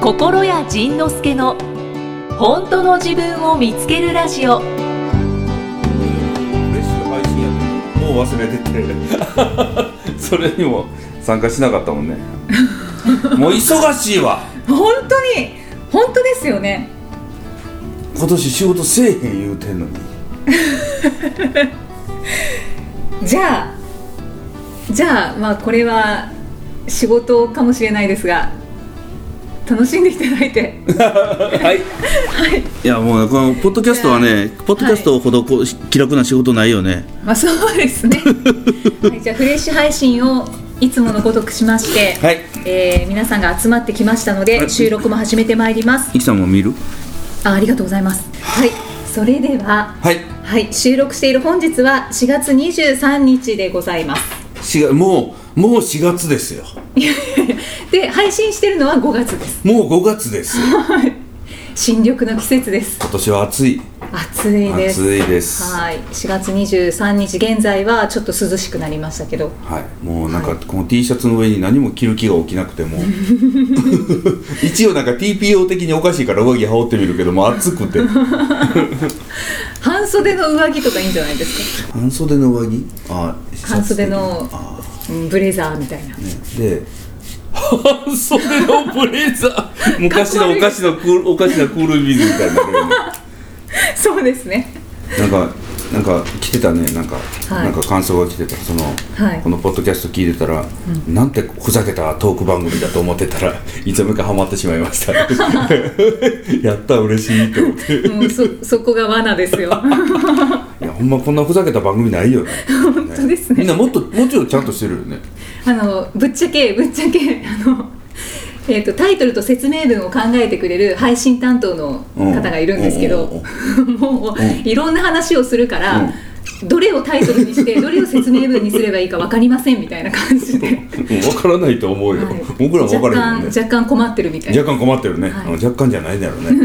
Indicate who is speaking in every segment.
Speaker 1: 心谷仁之助の本当の自分を見つけるラジオ
Speaker 2: フレッシュ配信やけどもう忘れててそれにも参加しなかったも んねもう忙しいわ
Speaker 3: 本当に本当ですよね
Speaker 2: 今年仕事せえへん言うてんのに
Speaker 3: じゃあじゃあまあこれは仕事かもしれないですが楽しんでいただい て
Speaker 2: はい
Speaker 4: いやもうねこのポッドキャストはね、ポッドキャストほどこう気楽な仕事ないよね。
Speaker 3: まあそうですね、はい、じゃあフレッシュ配信をいつものごとくしまして、
Speaker 4: はい
Speaker 3: えー皆さんが集まってきましたので収録も始めてまいります
Speaker 4: いきさんも見る？
Speaker 3: あありがとうございますはいそれでは
Speaker 2: はい
Speaker 3: はい収録している本日は4月23日でございます
Speaker 2: しがもうもう4月ですよ
Speaker 3: で配信してるのは5月です
Speaker 2: もう5月ですよ
Speaker 3: 新緑の季節です
Speaker 2: 今年は暑い
Speaker 3: 暑いです
Speaker 2: 暑いです
Speaker 3: はい4月23日現在はちょっと涼しくなりましたけど
Speaker 2: はい、もうなんかこの T シャツの上に何も着る気が起きなくてもう 一応なんか TPO 的におかしいから上着羽織ってみるけどもう暑くて
Speaker 3: 半袖の上着とかいいんじゃないですか
Speaker 2: 半袖の上着あ
Speaker 3: 半袖の
Speaker 2: あー
Speaker 3: うんブレザーみたいな
Speaker 2: で
Speaker 4: それのブレザ ー。
Speaker 2: 昔のおかしなクールおかしなクールビズみたいになるよね
Speaker 3: そうですね
Speaker 2: なんかなんか来てたねなんか、
Speaker 3: はい
Speaker 2: なんか感想が来てたその、
Speaker 3: はい
Speaker 2: このポッドキャスト聞いてたら、なんてふざけたトーク番組だと思ってたら いつの間にかハマってしまいました やった嬉しいと思って
Speaker 3: もうそそこが罠です よ
Speaker 2: いやほんまこんなふざけた番組ないよね本
Speaker 3: 当ですね
Speaker 2: みんなもっともうちょっとちゃんとしてるよね
Speaker 3: あのぶっちゃけぶっちゃけあのえー、とタイトルと説明文を考えてくれる配信担当の方がいるんですけど、もう、いろんな話をするから、どれをタイトルにしてどれを説明文にすればいいか分かりませんみたいな感じで、
Speaker 2: うん分からないと思うよ、
Speaker 3: はい
Speaker 2: 僕らも分からへんもん
Speaker 3: 若干
Speaker 2: ね
Speaker 3: 若干困ってるみたいな、
Speaker 2: 若干困ってるね、
Speaker 3: はい
Speaker 2: うん若干じゃないだろうね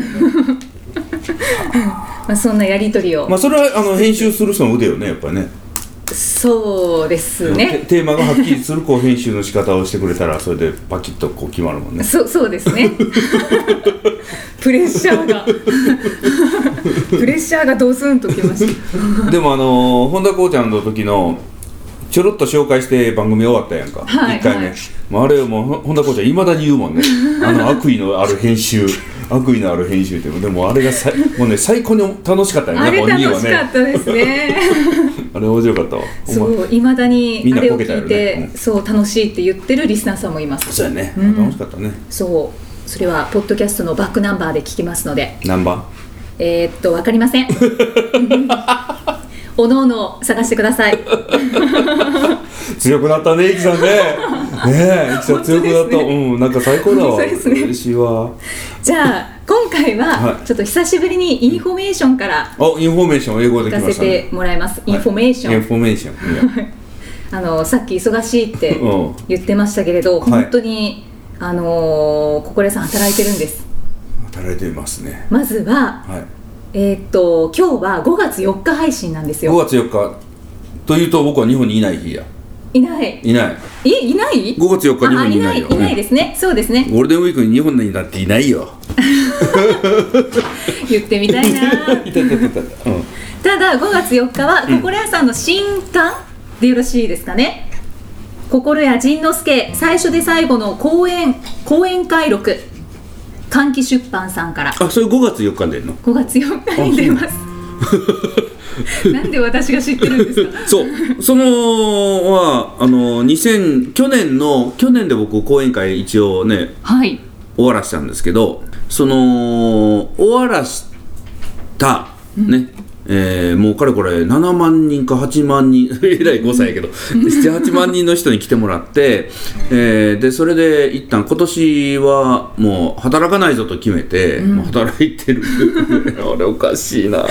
Speaker 3: まあ、そんなやり取りを、
Speaker 2: まあそれはあの編集する人の腕よねやっぱね
Speaker 3: そうです
Speaker 2: テ
Speaker 3: ね、
Speaker 2: テーマがはっきりするこう編集の仕方をしてくれたらそれでパキッとこう決まるもんね
Speaker 3: そそうです ねプレッシャーが プレッシャーがドスンときました
Speaker 2: でもあのー本田こうちゃんの時のちょろっと紹介して番組終わったやんか、
Speaker 3: はい
Speaker 2: 1回目、
Speaker 3: はい
Speaker 2: まあ、あれはもうほ本田こうちゃんいまだに言うもん ねあの悪意のある編集悪意のある編集ってでもあれがさいもうね最高に楽しかったよね
Speaker 3: あれ
Speaker 2: 本人
Speaker 3: 楽
Speaker 2: は
Speaker 3: しか
Speaker 2: ね
Speaker 3: ったですね
Speaker 2: あれ面白かったわ
Speaker 3: そ
Speaker 2: ほんま
Speaker 3: ういまだに
Speaker 2: みん
Speaker 3: あ
Speaker 2: な
Speaker 3: れ
Speaker 2: こ
Speaker 3: を
Speaker 2: けたよ
Speaker 3: 聞
Speaker 2: ね
Speaker 3: いて、
Speaker 2: うん
Speaker 3: そう楽しいって言ってるリスナーさんもいます
Speaker 2: そうやね、
Speaker 3: うん
Speaker 2: 楽しかったね
Speaker 3: そうそれはポッドキャストのバックナンバーで聞きますので
Speaker 2: ナンバ
Speaker 3: えー、っとわかり ませんおのおの探してください
Speaker 2: ー強くなったねいきさんね ねえいきさん強くなった、
Speaker 3: 本当です
Speaker 2: うんなんか最高だわ
Speaker 3: 本当ですね
Speaker 2: 嬉しいわ
Speaker 3: じゃあ今回は
Speaker 2: はい
Speaker 3: ちょっと久しぶりにインフォメーションから
Speaker 2: あインフォメーション英語で
Speaker 3: 聞
Speaker 2: き
Speaker 3: か
Speaker 2: ま
Speaker 3: せ
Speaker 2: したね
Speaker 3: てもらいます、インフォメーショ
Speaker 2: はいイン
Speaker 3: ン、
Speaker 2: フォメーションいや
Speaker 3: あのさっき忙しいって
Speaker 2: うん
Speaker 3: 言ってましたけれど、
Speaker 2: はい
Speaker 3: 本当にあのー、心屋さん働いてるんです
Speaker 2: 働いてますね
Speaker 3: まずは
Speaker 2: はい
Speaker 3: えーっと今日は5月4日配信なんです
Speaker 2: 5
Speaker 3: よ
Speaker 2: 月4日というと僕は日本にいない日や
Speaker 3: いない
Speaker 2: いない
Speaker 3: いいない
Speaker 2: 5月4日日
Speaker 3: あ
Speaker 2: 本
Speaker 3: あ
Speaker 2: に
Speaker 3: い
Speaker 2: いな
Speaker 3: ないい
Speaker 2: よ
Speaker 3: いないですねそうですね
Speaker 2: ゴールデンウィークに日本になっていないよ
Speaker 3: 言ってみたいな
Speaker 2: いたいたいたいた、うん、
Speaker 3: ただ5月4日は心屋さんの新刊でよろしいですかね、心屋仁之助最初で最後の講演講演会録換気出版さんから
Speaker 2: あそれ5月4日に出るの
Speaker 3: 5月4日に出ますなんで私が知ってるん ですか
Speaker 4: そう、そのはあの2000去年の去年で僕講演会一応ね
Speaker 3: はい
Speaker 4: 終わらしたんですけど、その終わらしたね。えーもうかれこれ7万人か8万人 えらい5歳やけど78万人の人に来てもらって、えーでそれで一旦今年はもう働かないぞと決めて、もう働いてる あれおかしいな
Speaker 3: 本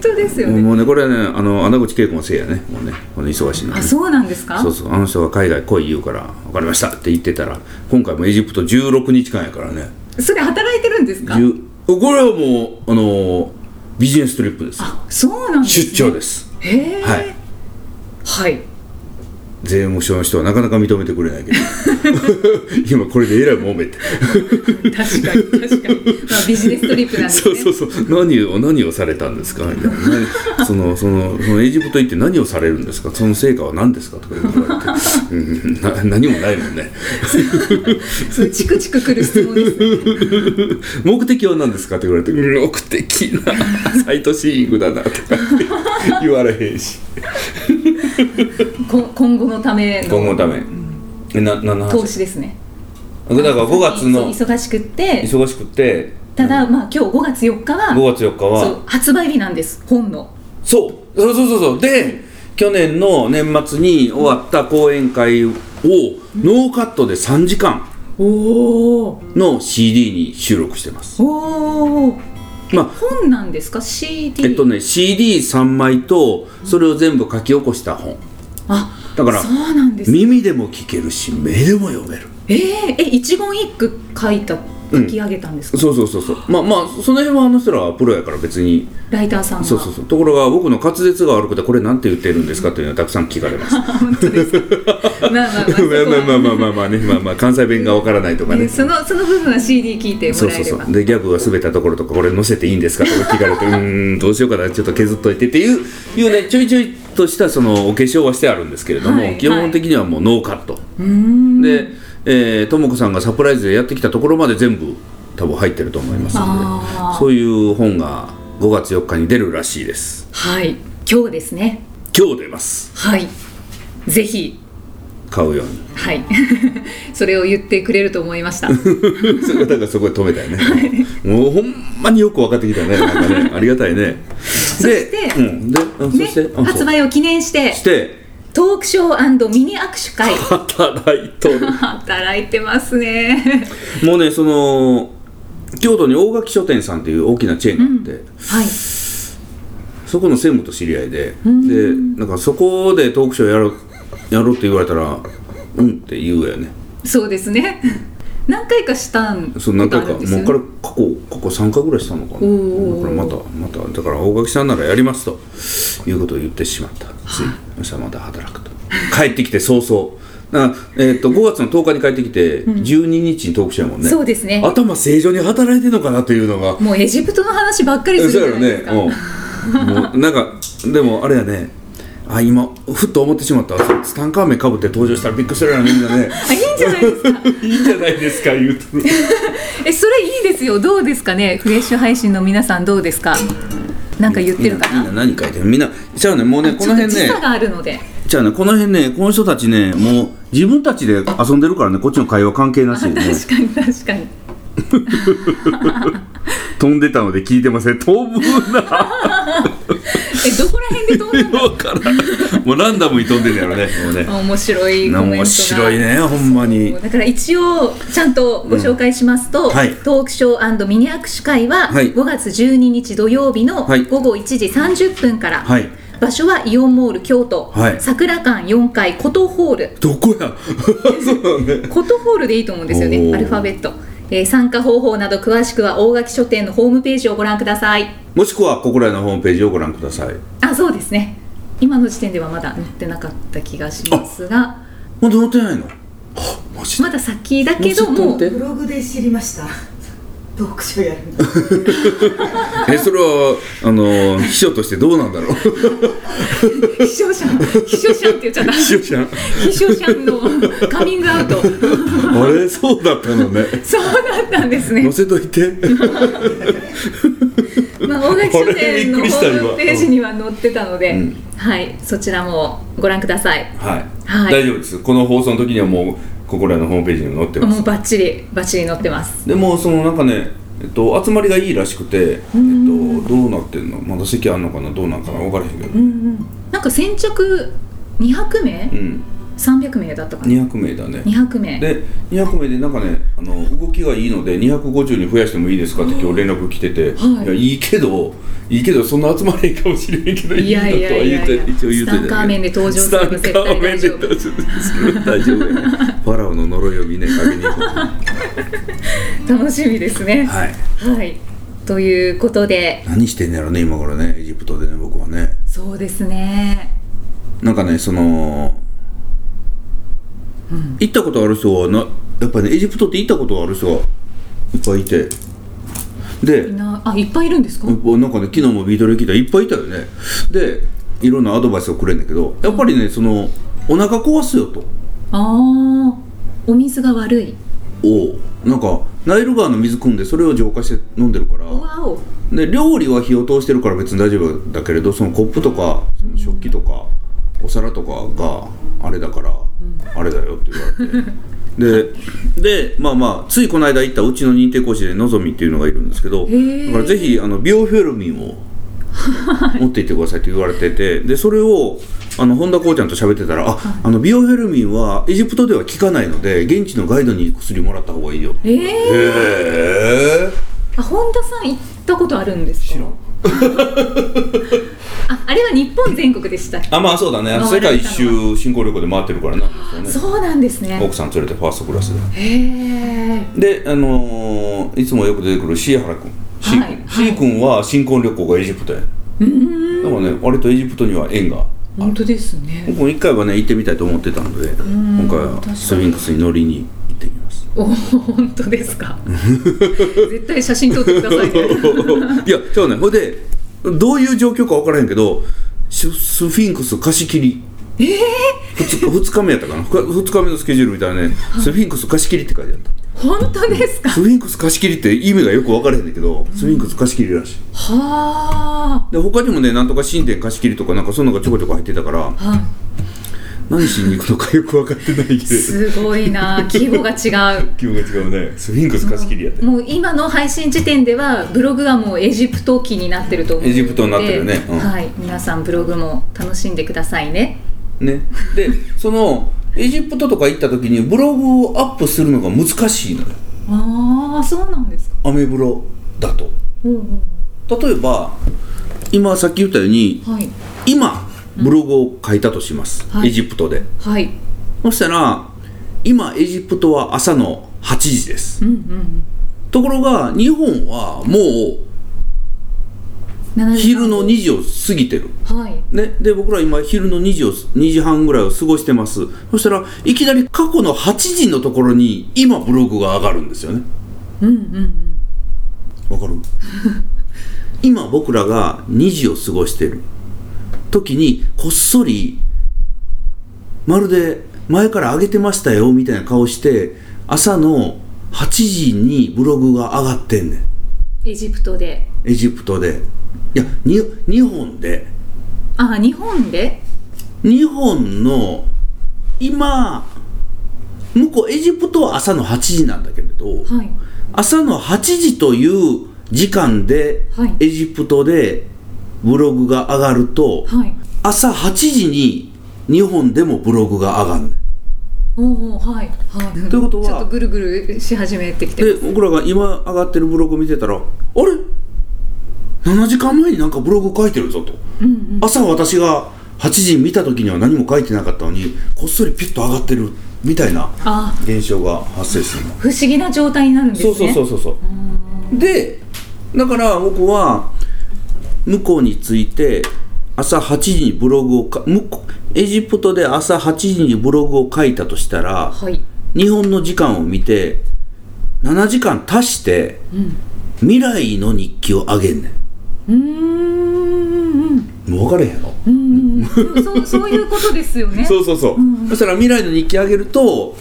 Speaker 3: 当ですよね
Speaker 4: もうねこれはねあの穴口恵子のせいやねもうねこの忙しいのね
Speaker 3: あそうなんですか
Speaker 4: そうそうあの人が海外来い言うから「分かりました」って言ってたら今回もエジプト16日間やからね
Speaker 3: それ働いてるんですか
Speaker 4: 10これはもうあのビジネストリップです
Speaker 3: あそうなんです
Speaker 4: 出張です
Speaker 3: へえ
Speaker 4: はい
Speaker 3: はい
Speaker 2: 税務署の人はなかなか認めてくれない けど今これでえらい揉めて
Speaker 3: 確かに確かに、まあ、ビジネストリップなんです
Speaker 2: そう
Speaker 3: ね
Speaker 2: そうそう何を何をされたんですかみたいな何そのそのそのエジプト行って何をされるんですかその成果は何ですかとか言われて、うん、な何もないもんね
Speaker 3: そうチクチクくる質問ですね
Speaker 2: 目的は何ですかって言われてうん目的なサイトシーイングだなとかって言われへんし
Speaker 3: こ今後のため
Speaker 5: 今後の
Speaker 3: の
Speaker 5: ためえな何の
Speaker 3: 投
Speaker 5: 話
Speaker 3: 資ですね
Speaker 5: だから5月の
Speaker 3: そう忙しくって
Speaker 5: 忙しくて
Speaker 3: ただまあ今日5月4日は
Speaker 5: 5月4日は
Speaker 3: そう発売日なんです本の
Speaker 5: そう
Speaker 2: そうそうそうそうで去年の年末に終わった講演会をノーカットで3時間
Speaker 3: おー
Speaker 2: の CD に収録してます
Speaker 3: おー
Speaker 2: まあ
Speaker 3: 本なんですか CD
Speaker 2: えっとね CD3 枚とそれを全部書き起こした本
Speaker 3: あ
Speaker 2: だから
Speaker 3: そうなんですね
Speaker 2: 耳でも聞けるし目でも読める
Speaker 3: えー、え一言一句書いた書き上げたんですか、
Speaker 2: そうそうそうそうまあまあその辺はあの人らはプロやから別に
Speaker 3: ライターさんが
Speaker 2: そうそうそうところが僕の滑舌が悪くてこれなんて言ってるんですかというのはたくさん聞かれますまあまあまあまあ
Speaker 3: まあまあまあそこは
Speaker 2: まあまあねまあまあ関西弁がわからないとか
Speaker 3: え
Speaker 2: ね
Speaker 3: ーそのその部分は CD 聞いても
Speaker 2: そう
Speaker 3: らえ
Speaker 2: そうそ
Speaker 3: れば
Speaker 2: うでギャグが滑ったところとかこれ載せていいんですかとか聞かれてうーんどうしようかなちょっと削っといてっていういうねちょいちょいとしたそのお化粧はしてあるんですけれども、
Speaker 3: はい
Speaker 2: 基本的にはもうノーカット、
Speaker 3: うーん
Speaker 2: でえーともこさんがサプライズでやってきたところまで全部多分入ってると思いますの
Speaker 3: あ
Speaker 2: で
Speaker 3: ー
Speaker 2: そういう本が5月4日に出るらしいです
Speaker 3: はい今日ですね
Speaker 2: 今日出ます
Speaker 3: はいぜひ
Speaker 2: 買うように
Speaker 3: はい それを言ってくれると思いました
Speaker 2: それだからそこで止めたよねもうほんまによく分かってきたねなんか ねありがたいね
Speaker 3: して
Speaker 2: で,、うん、でうんそ
Speaker 3: ね
Speaker 2: して、うんそう
Speaker 3: 発売を記念して
Speaker 2: して
Speaker 3: トークショーミニ握手 会
Speaker 2: 働いとる
Speaker 3: 働いてますね
Speaker 2: もうねその京都に大垣書店さんっていう大きなチェーンがあって、
Speaker 3: はい
Speaker 2: そこの専務と知り合いで、でなんかそこでトークショーやろうやろうって言われたらうんって言うやね
Speaker 3: そうですね 何回かしたん
Speaker 2: そう何回
Speaker 3: こと
Speaker 2: か
Speaker 3: あるんです
Speaker 2: も
Speaker 3: よ
Speaker 2: う
Speaker 3: ね
Speaker 2: これ過去過去3回ぐらいしたのかなだ
Speaker 3: おー
Speaker 2: からまたまただから大垣さんならやりますということを言ってしまったついそしたらまた働くと帰ってきて早々だから、えー、と5月の10日に帰ってきて12日にトークショーやもんね、
Speaker 3: そうですね
Speaker 2: 頭正常に働いてるのかなというのが
Speaker 3: もうエジプトの話ばっかりするじ
Speaker 2: そ
Speaker 3: ゃ
Speaker 2: う
Speaker 3: な
Speaker 2: やろ
Speaker 3: いです
Speaker 2: ね
Speaker 3: か、
Speaker 2: うんもうなんかでもあれやねあ今ふっと思ってしまったツタンカーメンかぶって登場したらびっくりするよなみんなね
Speaker 3: あいいんじゃないですか
Speaker 2: いいんじゃないですか言うと
Speaker 3: えそれいいですよどうですかねフレッシュ配信の皆さんどうですかなんか言ってるか
Speaker 2: みん
Speaker 3: な
Speaker 2: な何書いてるみんなじゃあねもうねこ
Speaker 3: ち
Speaker 2: の
Speaker 3: ょっと
Speaker 2: 辺
Speaker 3: 時
Speaker 2: ね
Speaker 3: 差があるので
Speaker 2: じゃあねこの辺ねこの人たちねもう自分たちで遊んでるからねこっちの会話関係なし
Speaker 3: 確
Speaker 2: にね
Speaker 3: かに確かに
Speaker 2: 飛んでたので聞いてません飛ぶな
Speaker 3: えどこら辺でどうなんだ
Speaker 2: わから んもうランダムに飛んでるやろねもうね
Speaker 3: 面白いコメントが
Speaker 2: 面白いねほんまに
Speaker 3: だから一応ちゃんとご紹介しますと、
Speaker 2: んはい
Speaker 3: トークショーミニ握手会は
Speaker 2: はい
Speaker 3: 5月12日土曜日の
Speaker 2: はい
Speaker 3: 午後1時30分から、
Speaker 2: はい
Speaker 3: 場所はイオンモール京都、
Speaker 2: はい
Speaker 3: 桜館4階コトホール
Speaker 2: どこや そうだね
Speaker 3: コトホールでいいと思うんですよ
Speaker 2: お
Speaker 3: ね
Speaker 2: ー
Speaker 3: アルファベット、えー参加方法など詳しくは大垣書店のホームページをご覧ください
Speaker 2: もしくはここらのホームページをご覧ください。
Speaker 3: あそうですね今の時点ではまだ載ってなかった気がしますが
Speaker 2: まだ載ってないの？あ、マ ジで。
Speaker 3: まだ先だけ
Speaker 2: も
Speaker 3: ども
Speaker 2: うちょっと待って
Speaker 6: ブログで知りました。トークショーやるんだ。
Speaker 2: え、それはあの秘書としてどうなんだろう。
Speaker 3: 秘書者秘書者って言っちゃった
Speaker 2: 秘書さん。
Speaker 3: 秘書者のカミングアウ ト
Speaker 2: あれ、そうだったのね。
Speaker 3: そうだったんですね
Speaker 2: 載、せといて。
Speaker 3: まあ、大垣書店の
Speaker 2: あれびっく
Speaker 3: ホ
Speaker 2: りした
Speaker 3: ー
Speaker 2: 今
Speaker 3: ムページには載ってたので、
Speaker 2: うん
Speaker 3: はいそちらもご覧ください
Speaker 5: はい、
Speaker 3: はい
Speaker 5: 大丈夫ですこの放送の時にはもうここらのホームページにも載ってま
Speaker 3: もう
Speaker 5: す
Speaker 3: バッチリバッチリ載ってます
Speaker 5: でもそのなんかねえっと、集まりがいいらしくて、えっと、どうなってんのまだ席あんのかなどうなんかな分からへんけど、うん
Speaker 3: なんか先着200名、300名だったかな
Speaker 5: 200名だね
Speaker 3: 200名
Speaker 5: で200名でなんかねあの動きがいいので250に増やしてもいいですかって今日連絡来てて、
Speaker 3: はい
Speaker 5: い、やいいけどいいけどそんな集まれんかもしれんけど
Speaker 3: いやいやいやい
Speaker 5: いい
Speaker 3: や
Speaker 5: なとは言うて一応言うてたけど
Speaker 3: ツタンカーメンで登場すれば絶対大丈夫
Speaker 2: ツタンカーメンで登場する大丈夫やね。ファラオの呪いをみんなにかけに行こう。
Speaker 3: 楽しみですね
Speaker 2: はい。
Speaker 3: はいということで
Speaker 2: 何してんねやろね今頃ねエジプトでね僕はね。
Speaker 3: そうですね
Speaker 2: なんかねその行ったことある人はなやっぱり、ね、エジプトって行ったことがある人がいっぱいいてで
Speaker 3: いなあいっぱいいるんですか、
Speaker 2: なんかね昨日もビートル来たいっぱいいたよねでいろんなアドバイスをくれるんだけどやっぱりねそのお腹壊すよと
Speaker 3: ああお水が悪い
Speaker 2: おうなんかナイル川の水汲んでそれを浄化して飲んでるから
Speaker 3: わお
Speaker 2: で料理は火を通してるから別に大丈夫だけれどそのコップとかその食器とかお皿とかがあれだから、あれだよって言われてででまあまあついこの間行ったうちの認定講師でのぞみっていうのがいるんですけどだ
Speaker 3: ー
Speaker 2: からぜひあのビオフェルミン を持っていってくださいって言われててでそれをあの本田こうちゃんと喋ってたら「ああのビオフェルミンはエジプトでは効かないので現地のガイドに薬もらった方がいいよ」
Speaker 3: ええ
Speaker 5: え
Speaker 3: あ本田さん行ったことあるんですかああれは日本全国でしたっけ
Speaker 5: あまあそうだね世界一周新興旅行で回ってるからなですよね
Speaker 3: そうなんですね
Speaker 5: 奥さん連れてファーストクラスで
Speaker 3: へえ
Speaker 5: で、あのーいつもよく出てくる椎原君椎
Speaker 3: はいはい
Speaker 5: 椎君は新婚旅行がエジプトやだからね割とエジプトには縁が
Speaker 3: 本当ですね
Speaker 2: 僕も一回はね行ってみたいと思ってたので
Speaker 3: ん
Speaker 2: 今回
Speaker 3: 確か
Speaker 2: は
Speaker 3: に
Speaker 2: スフィンクスに乗りに行ってきます
Speaker 3: お本当ですか絶対写真撮ってくださいね
Speaker 2: いやそうねほいでどういう状況か分からへんけどシュスフィンクス貸し切りええ 2, 日目やったかな2日目のスケジュールみたいなねスフィンクス貸し切りって書いてあった
Speaker 3: 本当ですか
Speaker 2: スフィンクス貸し切りって意味がよく分からへんねんけどスフィンクス貸し切りらしい
Speaker 3: はあ
Speaker 2: で他にもねなんとか神殿貸し切りとかなんかそんなのがちょこちょこ入ってたから
Speaker 3: は
Speaker 2: 何しに行くのかよく分かってないけど
Speaker 3: いすごいな規模が違う
Speaker 5: 気分が違うねスフィンクス貸し切りやって
Speaker 3: もう今の配信時点ではブログがもうエジプト期になってると思うので
Speaker 2: エジプトになってるねうん
Speaker 3: はい皆さんブログも楽しんでくださいね
Speaker 2: ね、でそのエジプトとか行った時にブログをアップするのが難しいのよ
Speaker 3: ああそうなんですか
Speaker 2: アメブロだと
Speaker 3: うんうん
Speaker 2: 例えば今さっき言ったように
Speaker 3: はい
Speaker 2: 今ブログを書いたとします、
Speaker 3: はい
Speaker 2: エジプトで
Speaker 3: はい
Speaker 2: そしたら今エジプトは朝の8時です
Speaker 3: うんうん
Speaker 2: ところが日本はも
Speaker 3: うん
Speaker 2: う昼の2時を過ぎてる
Speaker 3: はい
Speaker 2: ね、で僕ら今昼の2時を2時半ぐらいを過ごしてますそしたらいきなり過去の8時のところに今ブログが上がるんですよね
Speaker 3: うんうんうん
Speaker 2: わか る今僕らが2時を過ごしてる時にこっそりまるで前から上げてましたよみたいな顔して朝の8時にブログが上がってんねん
Speaker 3: エジプトで
Speaker 2: エジプトでいやに日本で
Speaker 3: あー日本で
Speaker 2: 日本の今向こうエジプトは朝の8時なんだけれど
Speaker 3: はい
Speaker 2: 朝の8時という時間で
Speaker 3: はい
Speaker 2: エジプトでブログが上がると
Speaker 3: はい
Speaker 2: 朝8時に日本でもブログが上がるね
Speaker 3: おうおうはいはい
Speaker 2: ということは
Speaker 3: ちょっとぐるぐるし始めてきて
Speaker 2: で僕らが今上がってるブログ見てたらあれ7時間前になんかブログ書いてるぞと、朝私が8時に見た時には何も書いてなかったのにこっそりピュッと上がってるみたいな
Speaker 3: あー
Speaker 2: 現象が発生するの
Speaker 3: 不思議な状態になるんです
Speaker 2: そ
Speaker 3: ね
Speaker 2: うそうそうそうそうでだから僕は向こうに着いて朝8時にブログをか向こうエジプトで朝8時にブログを書いたとしたら
Speaker 3: はい
Speaker 2: 日本の時間を見て7時間足して、未来の日記をあげんね
Speaker 3: うーんうん
Speaker 2: んもう分からへんやろ
Speaker 3: う んうん、そうそういうことですよね。
Speaker 2: そうそうそう、そしたら未来の日記あげると、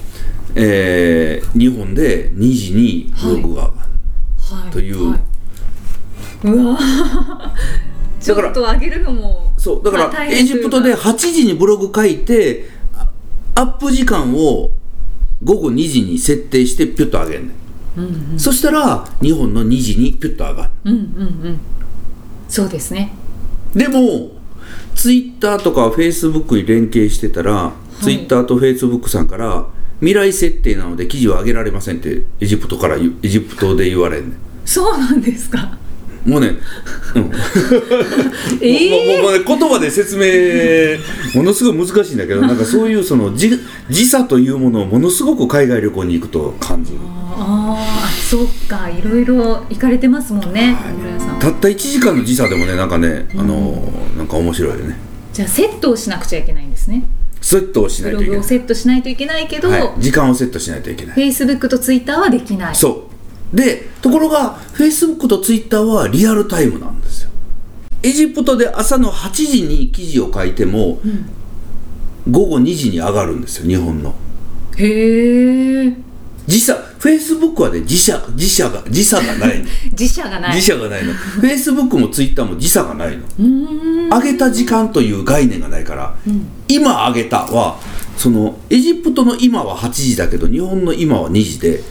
Speaker 2: えー日本で2時にブログが上がる、
Speaker 3: はい、
Speaker 2: という
Speaker 3: はいうわーち
Speaker 2: だか
Speaker 3: ょ
Speaker 2: ら
Speaker 3: っと上げるのも
Speaker 2: そうだ
Speaker 3: まあ
Speaker 2: から
Speaker 3: 大変
Speaker 2: エジプトで
Speaker 3: というか
Speaker 2: 8時にブログ書いてあアップ時間を午後2時に設定してピュッと上げんねん、そしたら日本の2時にピュッと上がる
Speaker 3: うんうんうんそうですね。
Speaker 2: でもツイッターとかフェイスブックに連携してたら、
Speaker 3: い
Speaker 2: ツイッターとフェイスブックさんから未来設定なので記事は上げられませんってエジプトから言うエジプトで言われんね
Speaker 3: そうなんですか。
Speaker 2: んもうね、うん、
Speaker 3: ええ
Speaker 2: もうもうもうね言葉で説明ものすごい難しいん だけどなんかそういうその時時差というものをものすごく海外旅行に行くと感じる
Speaker 3: ああ、そっか、いろいろ行かれてますもんね、小倉さん。
Speaker 2: たった1時間の時差でもねなんかねあのーなんか面白いよね
Speaker 3: じゃあセットをしなくちゃいけないんですね。
Speaker 2: セットをしない
Speaker 3: ブロ
Speaker 2: といけ
Speaker 3: グ
Speaker 2: な
Speaker 3: を
Speaker 2: い
Speaker 3: セットしないといけないけど、
Speaker 2: はい、時間をセットしないといけない
Speaker 3: Facebook と Twitter はできない
Speaker 2: そうでところが Facebook と Twitter はリアルタイムなんですよエジプトで朝の8時に記事を書いても、午後2時に上がるんですよ日本の
Speaker 3: へえ
Speaker 2: 時差 Facebook はね時差時差が時差が ないの
Speaker 3: 自社がない
Speaker 2: 時差がないの Facebook も Twitter も時差がないの上げた時間という概念がないから、今上げたはそのエジプトの今は8時だけど日本の今は2時で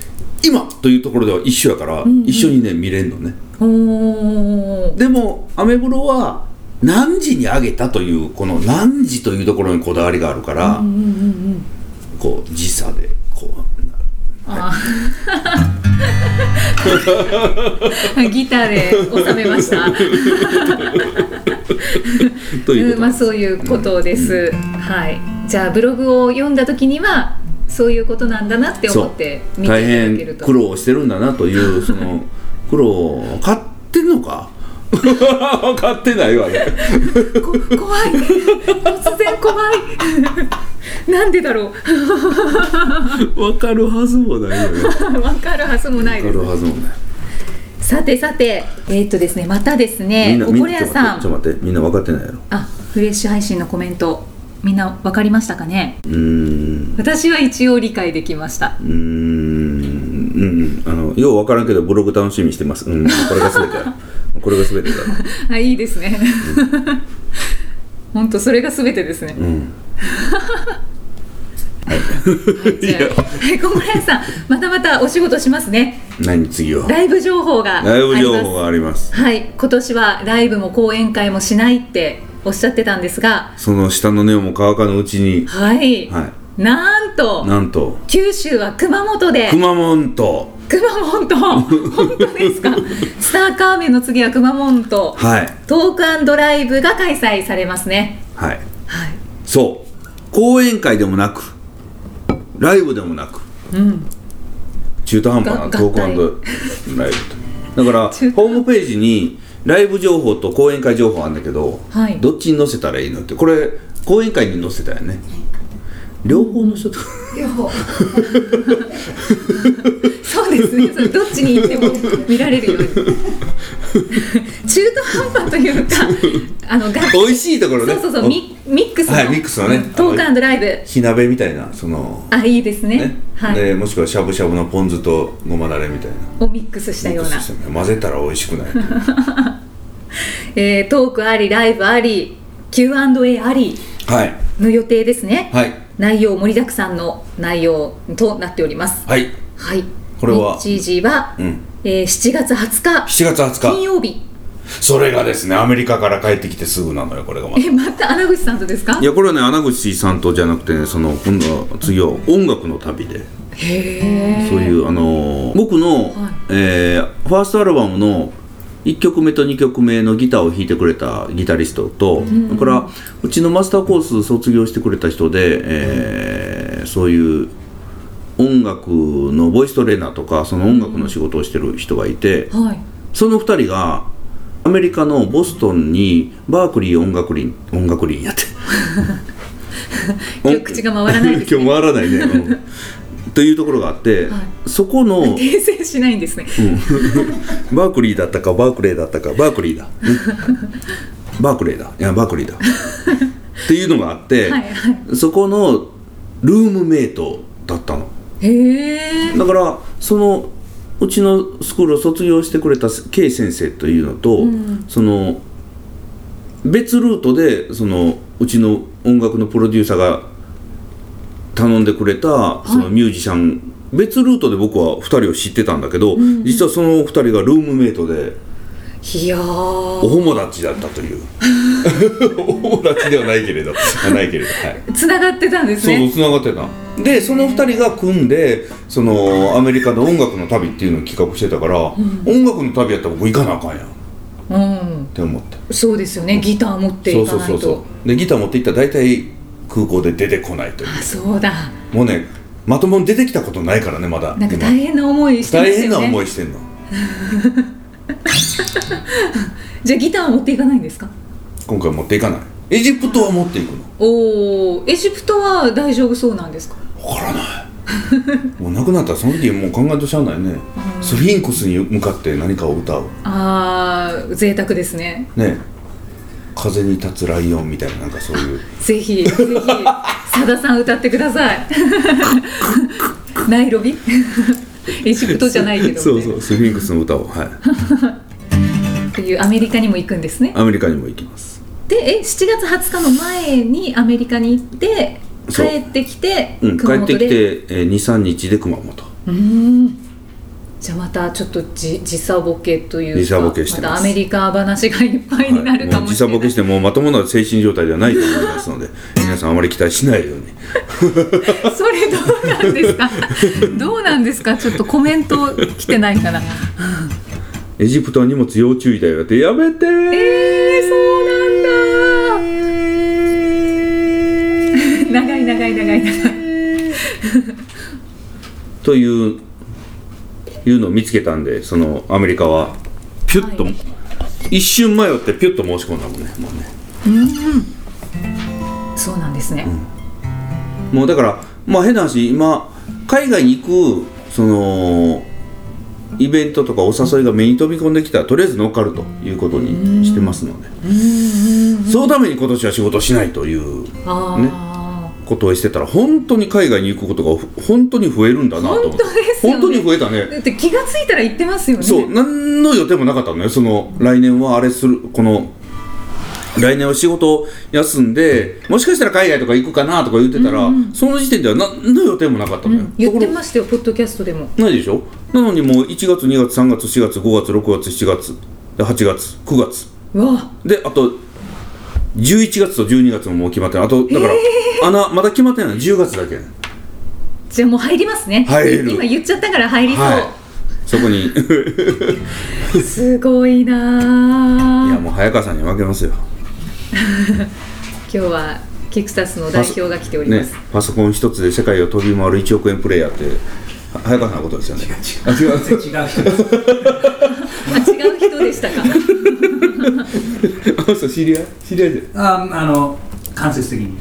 Speaker 2: 今というところでは一緒やから、一緒にね見れるのね
Speaker 3: おー
Speaker 2: でもアメブロは何時に上げたというこの何時というところにこだわりがあるから、こう時差でこうなる
Speaker 3: ギター で収めま した
Speaker 2: というこ
Speaker 3: うん
Speaker 2: と
Speaker 3: まあ、そういうことです、はいじゃあブログを読んだ時にはそういうことなんだなって思って見て
Speaker 2: 大
Speaker 3: いただける
Speaker 2: 変
Speaker 3: と
Speaker 2: 苦労をしてるんだなというその苦労を買ってんのか 買ってないわね
Speaker 3: こ怖い突然怖い なんでだろ
Speaker 2: わかるはずもないよねわ
Speaker 3: うわかるはずもない
Speaker 2: か
Speaker 3: です
Speaker 2: るはずもない
Speaker 3: さてさてえーっとですねまたです
Speaker 2: み
Speaker 3: ね
Speaker 2: んな
Speaker 3: お
Speaker 2: みん
Speaker 3: こ
Speaker 2: な
Speaker 3: れ
Speaker 2: ちょ
Speaker 3: 屋
Speaker 2: っと待ってちょ
Speaker 3: さん
Speaker 2: っと待ってみんな分かってないやろ
Speaker 3: あフレッシュ配信のコメントみんな分かりましたかね
Speaker 2: うーん
Speaker 3: 私は一応理解できました
Speaker 2: うーんうんうんあのよう分からんけどブログ楽しみにしてますうんこれが全てだ これが全てだ
Speaker 3: あいいですね本当それが全てですね
Speaker 2: うん
Speaker 3: じゃあはい、小林さん、またまたお仕事しますね。
Speaker 2: 何次は
Speaker 3: ライブ情報があります。
Speaker 2: ライブ情報があります
Speaker 3: はい、今年はライブも講演会もしないっておっしゃってたんですが、
Speaker 2: その下の根をも乾かぬうちに
Speaker 3: はい、
Speaker 2: は
Speaker 3: なんと
Speaker 2: なんと
Speaker 3: 九州は熊本で
Speaker 2: 熊本
Speaker 3: 熊本本当で すか？スターカーメンの次は熊本、
Speaker 2: はい
Speaker 3: トークライブが開催されますね。
Speaker 2: はい
Speaker 3: はい、
Speaker 2: そう講演会でもなくライブでもなく、中途半端な
Speaker 3: が
Speaker 2: トークライブとだから
Speaker 3: 中途
Speaker 2: ホームページにライブ情報と講演会情報あるんだけど、
Speaker 3: はい
Speaker 2: どっちに載せたらいいのってこれ講演会に載せたよね両方載せた
Speaker 6: 両方
Speaker 3: そうですね。それどっちに行っても見られるように。中途半端というか、あのが
Speaker 2: 美味しいところね
Speaker 3: そうそうそう
Speaker 2: お
Speaker 3: ミミックスの、
Speaker 2: はいミックスのね
Speaker 3: トークライブ
Speaker 2: 火鍋みたいなその
Speaker 3: あいいですね
Speaker 2: ね、
Speaker 3: はい、
Speaker 2: でもしくはしゃぶしゃぶのポン酢とごまだれみたいな
Speaker 3: をミックスしたような
Speaker 5: ミックスしてね混ぜたら美味しくない
Speaker 3: えートークありライブあり Q&A あり
Speaker 2: はい
Speaker 3: の予定ですね、
Speaker 2: はい
Speaker 3: 内容盛りだくさんの内容となっております
Speaker 2: はい
Speaker 3: はい
Speaker 2: これは
Speaker 3: 日時は、
Speaker 2: ん
Speaker 3: えー7月20日
Speaker 5: 7月20
Speaker 3: 金
Speaker 5: 日
Speaker 3: 曜日
Speaker 5: それがですねアメリカから帰ってきてすぐなのよこれがまた
Speaker 3: えまた穴口さんとですか
Speaker 2: いやこれはね穴口さんとじゃなくてねその今度は次は音楽の旅でそういうあのー僕の、えーファーストアルバムの1曲目と2曲目のギターを弾いてくれたギタリストと、それからうちのマスターコース卒業してくれた人で、えーそういう音楽のボイストレーナーとかその音楽の仕事をしてる人がいて、
Speaker 3: はい
Speaker 2: その2人がアメリカのボストンにバークリー音楽林音楽林や って
Speaker 3: 今日口が回 らないですね
Speaker 2: 今日回らないね、うん というところがあって、そこの
Speaker 3: 訂正しないんですね、
Speaker 2: バークリーだったかバークレーだったかバークリー だ、ねバークレーだいやバークリーだっていうのがあって、
Speaker 3: はいは
Speaker 2: そこのルームメイトだったの
Speaker 3: へえ
Speaker 2: だからそのうちのスクールを卒業してくれた K 先生というのと、その別ルートでそのうちの音楽のプロデューサーが頼んでくれたそのミュージシャン、別ルートで僕は2人を知ってたんだけど、実はその2人がルームメイトで
Speaker 3: いやー
Speaker 2: お友達だったという お友達ではないけれど
Speaker 5: あないけれどはい
Speaker 3: つながってたんです
Speaker 2: そう
Speaker 3: ね
Speaker 2: つながってたでその2人が組んでそのアメリカの音楽の旅っていうのを企画してたから、音楽の旅やったら僕行かなあかんやんっ
Speaker 3: うん
Speaker 2: て思って
Speaker 3: そうですよねギター持って
Speaker 2: そ
Speaker 3: いうか
Speaker 2: そう
Speaker 3: ない
Speaker 2: そ
Speaker 3: と
Speaker 2: うそうでギター持って行ったら大体空港で出てこないという
Speaker 3: あそうだ
Speaker 2: もうねまともに出てきたことないからねまだ
Speaker 3: なんか
Speaker 2: 今
Speaker 3: 大変な思いしてま
Speaker 2: 大
Speaker 3: す
Speaker 2: 変
Speaker 3: よ
Speaker 2: な
Speaker 3: ね
Speaker 2: 思いしてんの
Speaker 3: じゃあギターは持っていかないんですか
Speaker 2: 今回持っていかないエジプトは持っていくの
Speaker 3: おおエジプトは大丈夫そうなんですか
Speaker 2: わからない
Speaker 5: もう亡くなったらその時もう考えとしゃあないねスフィンクスに向かって何かを歌う
Speaker 3: あー贅沢ですね
Speaker 5: ね風に立つライオンみたいななんかそういう
Speaker 3: ぜひぜひ さださん歌ってくださいナイロビ エジプトじゃないけど
Speaker 2: そうそうスフィンクスの歌をはい
Speaker 3: っていうアメリカにも行くんですね
Speaker 2: アメリカにも行きます
Speaker 3: でえ7月20日の前にアメリカに行って帰
Speaker 2: そう
Speaker 3: ってきて、
Speaker 2: うん帰っ
Speaker 3: 熊
Speaker 2: てき
Speaker 3: 本
Speaker 2: て、
Speaker 3: で
Speaker 2: えー、23日で熊本
Speaker 3: じゃあまたちょっとじ時差ボケというか
Speaker 2: 時差ボケしてます
Speaker 3: たアメリカ話がいっぱいになるか
Speaker 2: はいも
Speaker 3: も
Speaker 2: う時
Speaker 3: し
Speaker 2: 差
Speaker 3: れない、
Speaker 2: ボケしてもうまともな精神状態ではないと思いますので皆さんあまり期待しないように
Speaker 3: それどうなんですか どうなんですかちょっとコメント来てないから
Speaker 2: エジプトは荷物要注意だよってやめてー、
Speaker 3: えー、そうなんだ 長い長い長い長い
Speaker 2: といういうのを見つけたんでそのアメリカはピュッと、
Speaker 3: はい
Speaker 2: 一瞬迷ってピュッと申し込んだもんねもうね
Speaker 3: そうなんですね、
Speaker 2: もうだからまあ変な話今海外に行くそのイベントとかお誘いが目に飛び込んできたらとりあえず乗っかるということにしてますのでそのために今年は仕事しないという
Speaker 3: あ
Speaker 2: ことをしてたら本当に海外に行くことがふ本当に増えるんだなと思って
Speaker 3: 本当
Speaker 2: 本
Speaker 3: ですよね
Speaker 2: 当に増えた
Speaker 3: あ、
Speaker 2: ね
Speaker 3: だって気がついたら行ってますよね
Speaker 2: そう何の予定もなかったのよその来年はあれするこの来年は仕事を休んでもしかしたら海外とか行くかなとか言ってたら、その時点では何の予定もなかったのよ、
Speaker 3: 言っ
Speaker 2: と
Speaker 3: て
Speaker 2: ころ
Speaker 3: ましたよポッドキャストでも
Speaker 2: ないでしょなのにもう1月2月3月4月5月6月7月で8月9月
Speaker 3: うわ
Speaker 2: であと11月と12月ももう決まってるあとだから、穴まだ決まってないの10月だけ
Speaker 3: じゃあもう入りますね
Speaker 2: 入る
Speaker 3: 今言っちゃったから入りそう、
Speaker 2: はいそこにい
Speaker 3: すごいな
Speaker 2: や
Speaker 3: あ
Speaker 2: もう早川さんに負けますよ
Speaker 3: 今日はキクサスの代表が来ておりま
Speaker 2: ね
Speaker 3: す、
Speaker 2: パソコン一つで世界を飛び回る1億円プレイヤーっては早川さんのことですよね
Speaker 5: あ違う
Speaker 6: 全然違う人です
Speaker 3: あ違う人でした か
Speaker 2: あの人知り合い知り合いで
Speaker 6: ああの間接的に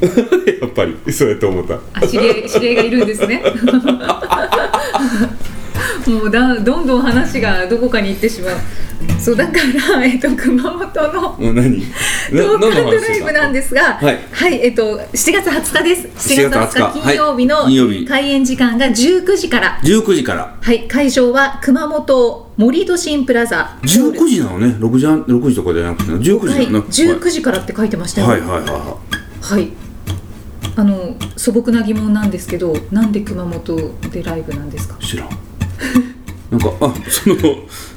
Speaker 2: やっぱりそうやと思った
Speaker 3: あ知り合い知り合いがいるんで すねもうだどんどん話がどこかに行ってしまうそうだから、えっと、熊本の
Speaker 2: もう 何
Speaker 3: トー
Speaker 2: な何
Speaker 3: クア
Speaker 2: の
Speaker 3: ンド
Speaker 2: 話
Speaker 3: ラ
Speaker 2: で
Speaker 3: イ
Speaker 2: し
Speaker 3: ブ
Speaker 2: た
Speaker 3: なんですが、
Speaker 2: はい
Speaker 3: えっと、7月20日です。
Speaker 2: 7
Speaker 3: 7
Speaker 2: 月
Speaker 3: 月
Speaker 2: 20日
Speaker 3: 20日金曜日の
Speaker 2: はい金曜日
Speaker 3: 開演時間が19時から。
Speaker 2: 19時から
Speaker 3: はい、会場は熊本森都心プラザ。
Speaker 2: 19時なのね6時6時とかじゃなくて19
Speaker 3: はい、
Speaker 2: 時なの
Speaker 3: 19時からって書いてましたよ。
Speaker 2: はいはいはいは
Speaker 3: はいあの素朴な疑問なんですけど、なんで熊本でライブなんですか
Speaker 2: い。知らん なんかあその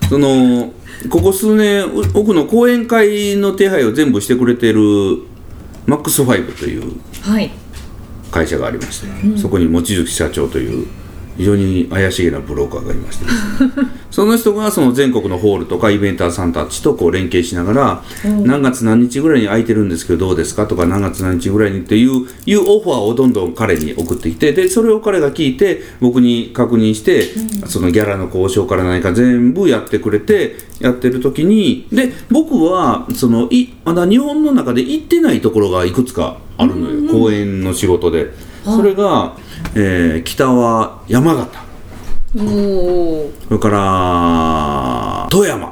Speaker 2: そのここ数年う奥の講演会の手配を全部してくれてるマックスファイブという
Speaker 3: はい。
Speaker 2: 会社がありまして、そこに望月社長という非常に怪しげなブローカーがいましてですねその人がその全国のホールとかイベンターさんたちとこう連携しながら、何月何日ぐらいに空いてるんですけどどうですかとか何月何日ぐらいにっていういうオファーをどんどん彼に送ってきてでそれを彼が聞いて僕に確認して、そのギャラの交渉から何か全部やってくれてやってる時にで僕はそのいまだ日本の中で行ってないところがいくつかあるのよ、公演の仕事で。それが、えー北は山形
Speaker 3: おお。
Speaker 2: それから富山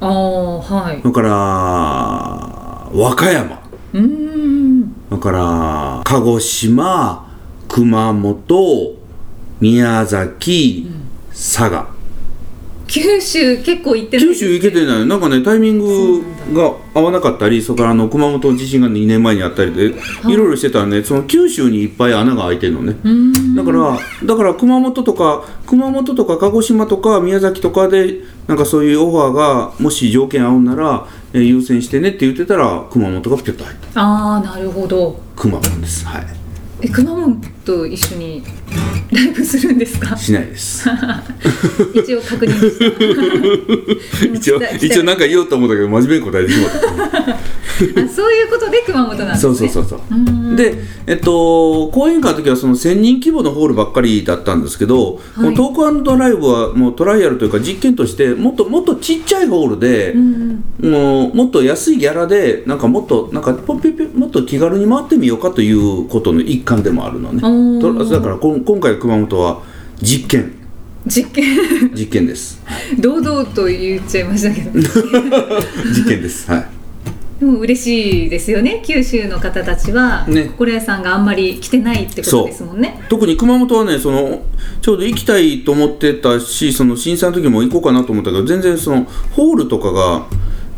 Speaker 3: ああ、はい
Speaker 2: そ。れから和歌山
Speaker 3: うーん。
Speaker 2: それから鹿児島熊本宮崎佐賀
Speaker 3: 九州結構行ってない
Speaker 2: 九州行けてないなんかねタイミングが合わなかったりそれからあの熊本の地震が2年前にあったりでいろいろしてたらねその九州にいっぱい穴が開いてるのねだからだから熊本とか熊本とか鹿児島とか宮崎とかでなんかそういうオファーがもし条件合うなら、えー優先してねって言ってたら熊本がピュッと入った
Speaker 3: ああ、なるほど。
Speaker 2: 熊本ですはい
Speaker 3: え熊本と一緒にライブするんです か
Speaker 2: しないです
Speaker 3: 一応確認した
Speaker 2: 一応
Speaker 3: 来た来 た
Speaker 2: 一応なんか言おうと思ったけど真面目に答えてしまった
Speaker 3: あそういうことで熊本なんです
Speaker 2: そ
Speaker 3: ね
Speaker 2: うそうそうそう
Speaker 3: うんうん
Speaker 2: で、えっと、講演会の時はその1000人規模のホールばっかりだったんですけど、
Speaker 3: はい
Speaker 2: もうトークライブはもうトライアルというか実験としてもっともっとちっちゃいホールで、もうもっと安いギャラでなんかもっとなんかポンピュピュもっと気軽に回ってみようかということの一環でもあるのね
Speaker 3: お
Speaker 2: と
Speaker 3: ー
Speaker 2: だからこん今回熊本は実験
Speaker 3: 実験
Speaker 2: 実験 です
Speaker 3: 堂々と言っちゃいましたけど
Speaker 2: 実験ですはい
Speaker 3: でも嬉しいですよね九州の方たちは、
Speaker 2: ね
Speaker 3: 心屋さんがあんまり来てないってことですもんね
Speaker 2: 特に熊本はねそのちょうど行きたいと思ってたしその震災の時も行こうかなと思ったけど全然そのホールとかが、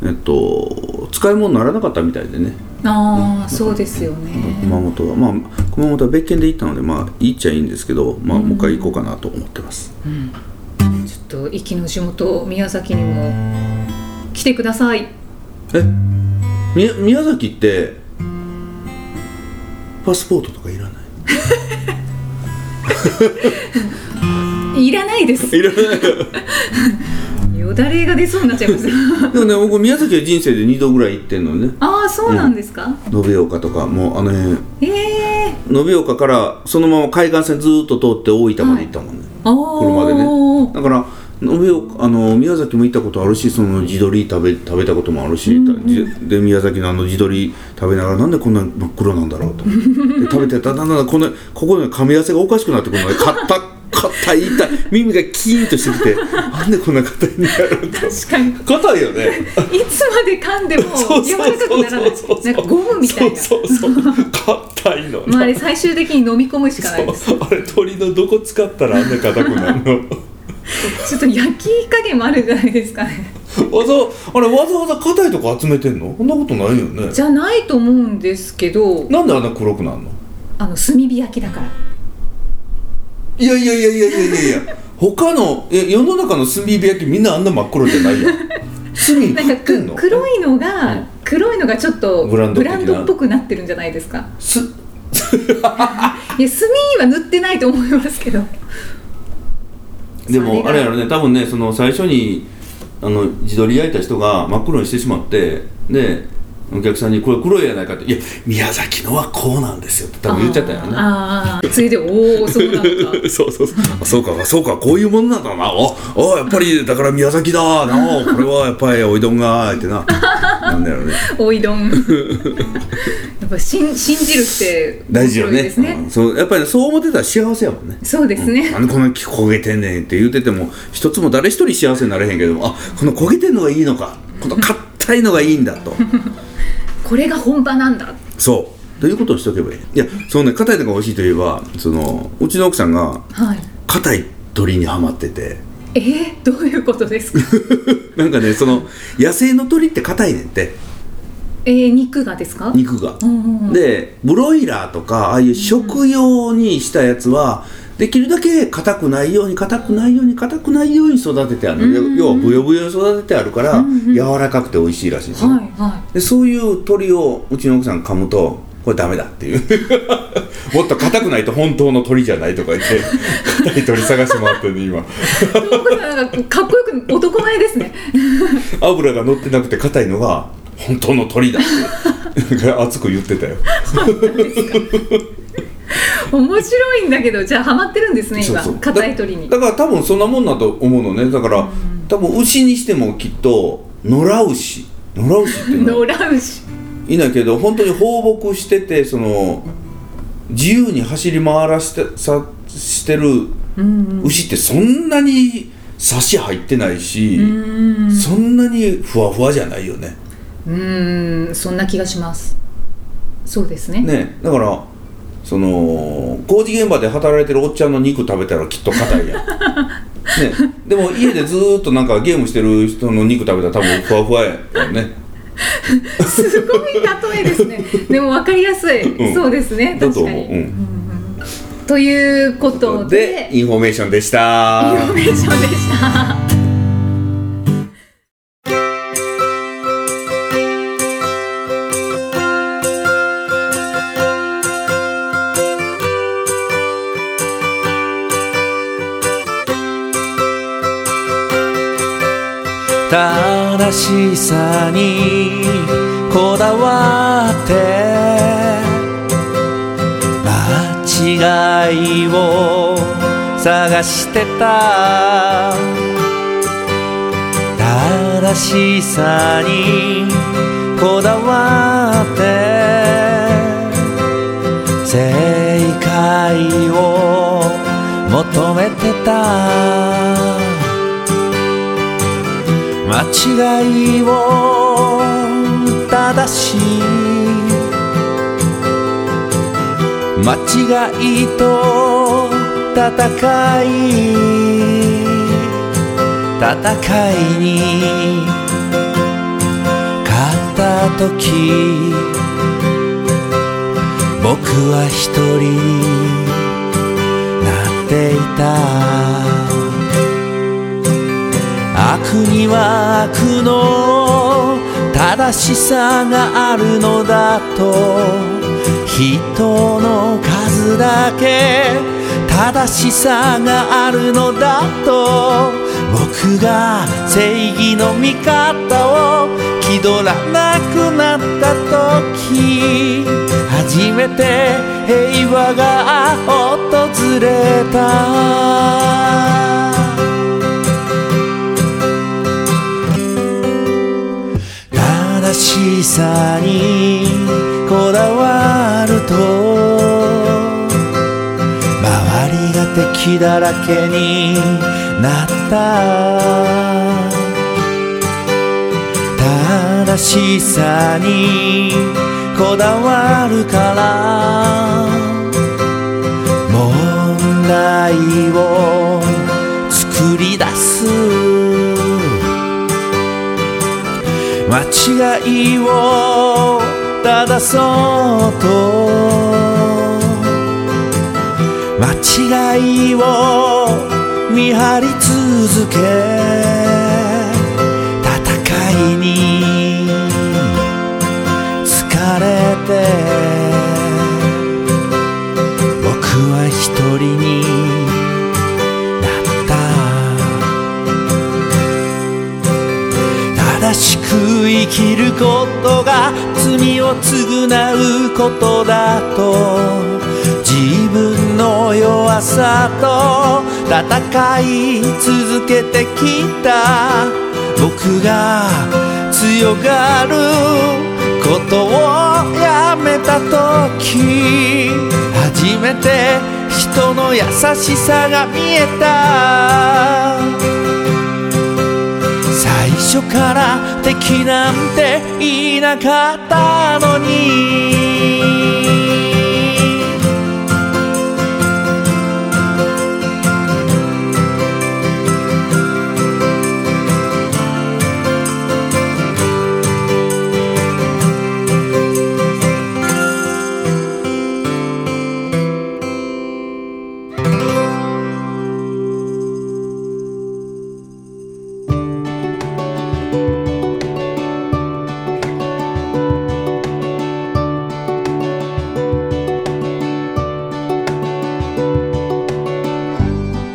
Speaker 2: えっと、使い物にならなかったみたいでね
Speaker 3: ああそうですよね
Speaker 2: 熊本はまあ熊本は別件で行ったのでまあいいっちゃいいんですけど、まあ、もう一回行こうかなと思ってます、
Speaker 3: ちょっと息の地元宮崎にも来てください
Speaker 2: えみ宮崎ってパスポートとかいらない
Speaker 3: いらないです
Speaker 2: いら ない
Speaker 3: よだれが出そうになっちゃ います
Speaker 2: でもね僕宮崎は人生で2度ぐらい行ってんのね
Speaker 3: ああそうなんですか、
Speaker 2: 延岡とかもうあの辺
Speaker 3: ええ
Speaker 2: 延岡からそのまま海岸線ずーっと通って大分まで行ったもんね、
Speaker 3: ー、お
Speaker 2: 車でね
Speaker 3: お
Speaker 2: だから延岡あの宮崎も行ったことあるしその地鶏食べ食べたこともあるし、じで宮崎のあの地鶏食べながらなんでこんな真っ黒なんだろう とで食べてたらだんだんこのここの噛み合わせがおかしくなってくる ので硬硬い痛い耳がキーンとしてきてなんでこんな硬いんだろうと
Speaker 3: 確かに
Speaker 2: 硬いよね
Speaker 3: いつまで噛んでも
Speaker 2: そう
Speaker 3: 柔
Speaker 2: そう
Speaker 3: らかくならない
Speaker 2: そうそうそ
Speaker 3: な
Speaker 2: うん
Speaker 3: かゴムみたいな
Speaker 2: そうそうそう硬いの
Speaker 3: まああれ最終的に飲み込むしかないです
Speaker 5: あれ鳥のどこ使ったらあんな硬くなるの
Speaker 3: ちょっと焼き加減もあるじゃないですかね
Speaker 5: わざあれわざわざ硬いとこ集めてんのそんなことないよね
Speaker 3: じゃないと思うんですけど
Speaker 5: なんであんな黒くなるの
Speaker 3: あの炭火焼きだから
Speaker 5: いやいやいやいやいやいやいや他のえ世の中の炭火焼きみんなあんな真っ黒じゃ ないやん炭
Speaker 3: なん
Speaker 5: 買
Speaker 3: か
Speaker 5: ってん
Speaker 3: く
Speaker 5: の
Speaker 3: 黒いのが黒いのがちょっと
Speaker 5: ブランド
Speaker 3: ブ
Speaker 5: 的な
Speaker 3: ランドっぽくなってるんじゃないですか
Speaker 5: す
Speaker 3: いや炭は塗ってないと思いますけど
Speaker 2: で
Speaker 3: それ
Speaker 2: も
Speaker 3: が
Speaker 2: あれやろね多分ねその最初にあの自撮り焼いた人が真っ黒にしてしまってでお客さんに「これ黒いやないか」って「いや宮崎のはこうなんですよ」って多分言っちゃったんやろね
Speaker 3: あーあーそれでおおそうな んだ
Speaker 2: そう そうそうあそうかそうかこういうもんなんだなおおやっぱりだから宮崎だなおこれはやっぱりおいどんがってななんだろうね
Speaker 3: おいどんやっぱ信信じるって
Speaker 2: 大事よ
Speaker 3: 面白い
Speaker 2: ね
Speaker 3: ですね
Speaker 2: うんそうやっぱりそう思ってたら幸せやもんね
Speaker 3: そうですね、
Speaker 2: なんでこんな焦げてんねんって言うてても一つも誰一人幸せになれへんけどもあこの焦げてんのがいいのかこの硬いのがいいんだ と
Speaker 3: これが本場なんだ
Speaker 2: そうということをしとけばいいいやそのね硬いのが美味しいといえばそのうちの奥さんが
Speaker 3: はい
Speaker 2: 硬い鳥にはまってて
Speaker 3: えー、どういうことで すか
Speaker 2: なんかねその野生の鳥って硬いねんって
Speaker 3: えー、肉がですか
Speaker 2: 肉が、
Speaker 3: うんうんうん
Speaker 2: でブロイラーとかああいう食用にしたやつはできるだけ硬くないように硬くないように硬くないように育ててあるの、要はブヨブヨに育ててあるから、柔らかくて美味しいらしいんですよ、
Speaker 3: はいは
Speaker 2: でそういう鳥をうちの奥さん噛むとこれダメだっていう
Speaker 5: もっと硬くないと本当の鳥じゃないとか言って硬い鳥探して回ってんね今
Speaker 3: い東子さんなんかかっこよく男前ですね
Speaker 5: 油が乗ってなくて硬いのが本当の鳥だ ってなんか熱く言ってたよ
Speaker 3: 面白いんだけどじゃあハマってるんですね今
Speaker 5: そうそう
Speaker 3: 硬い鳥に
Speaker 5: だから多分そんなもんだと思うのねだから、多分牛にしてもきっと野良牛野良牛っていうの
Speaker 3: 野良牛
Speaker 5: いないけど本当に放牧しててその自由に走り回らしてさしてる牛ってそんなに差し入ってないし、そんなにふわふわじゃないよね。
Speaker 3: うーんそんな気がしますそうですね
Speaker 5: ねだからその工事現場で働いてるおっちゃんの肉食べたらきっと硬 いやん。ね、でも家でずーっとなんかゲームしてる人の肉食べたら多分ふわふわやよね。
Speaker 3: すごい例えですねでも分かりやすい、
Speaker 5: うん
Speaker 3: そうですね
Speaker 5: だと
Speaker 3: 確か
Speaker 5: 思う。
Speaker 3: に、
Speaker 5: うん、
Speaker 3: ということで
Speaker 5: インフォメーションでし
Speaker 3: イ
Speaker 5: た
Speaker 3: ン フォメーションでした
Speaker 7: 正しさにこだわって間違いを探してた正しさにこだわって正解を求めてた間違いを正し間違いと戦い戦いに勝った時僕は一人なっていた悪には悪の正しさがあるのだと人の数だけ正しさがあるのだと僕が正義の味方を気取らなくなった時初めて平和が訪れた正しさにこだわると周りが敵だらけになった正しさにこだわるから問題を作り出す間違いを正そうと間違いを見張り続け戦いに疲れて僕は一人になった正しく生きることが罪を償うことだと自分の弱さと戦い続けてきた僕が強がることをやめた時初めて人の優しさが見えた最初から敵なんていなかったのに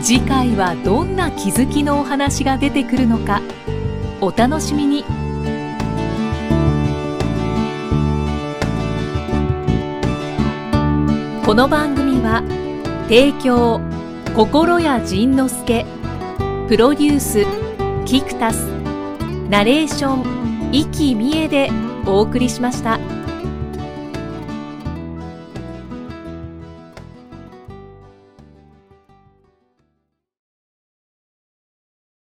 Speaker 1: 次回はどんな気づきのお話が出てくるのかお楽しみにこの番組は提供心谷仁之助プロデュースキクタスナレーション生きみえでお送りしました。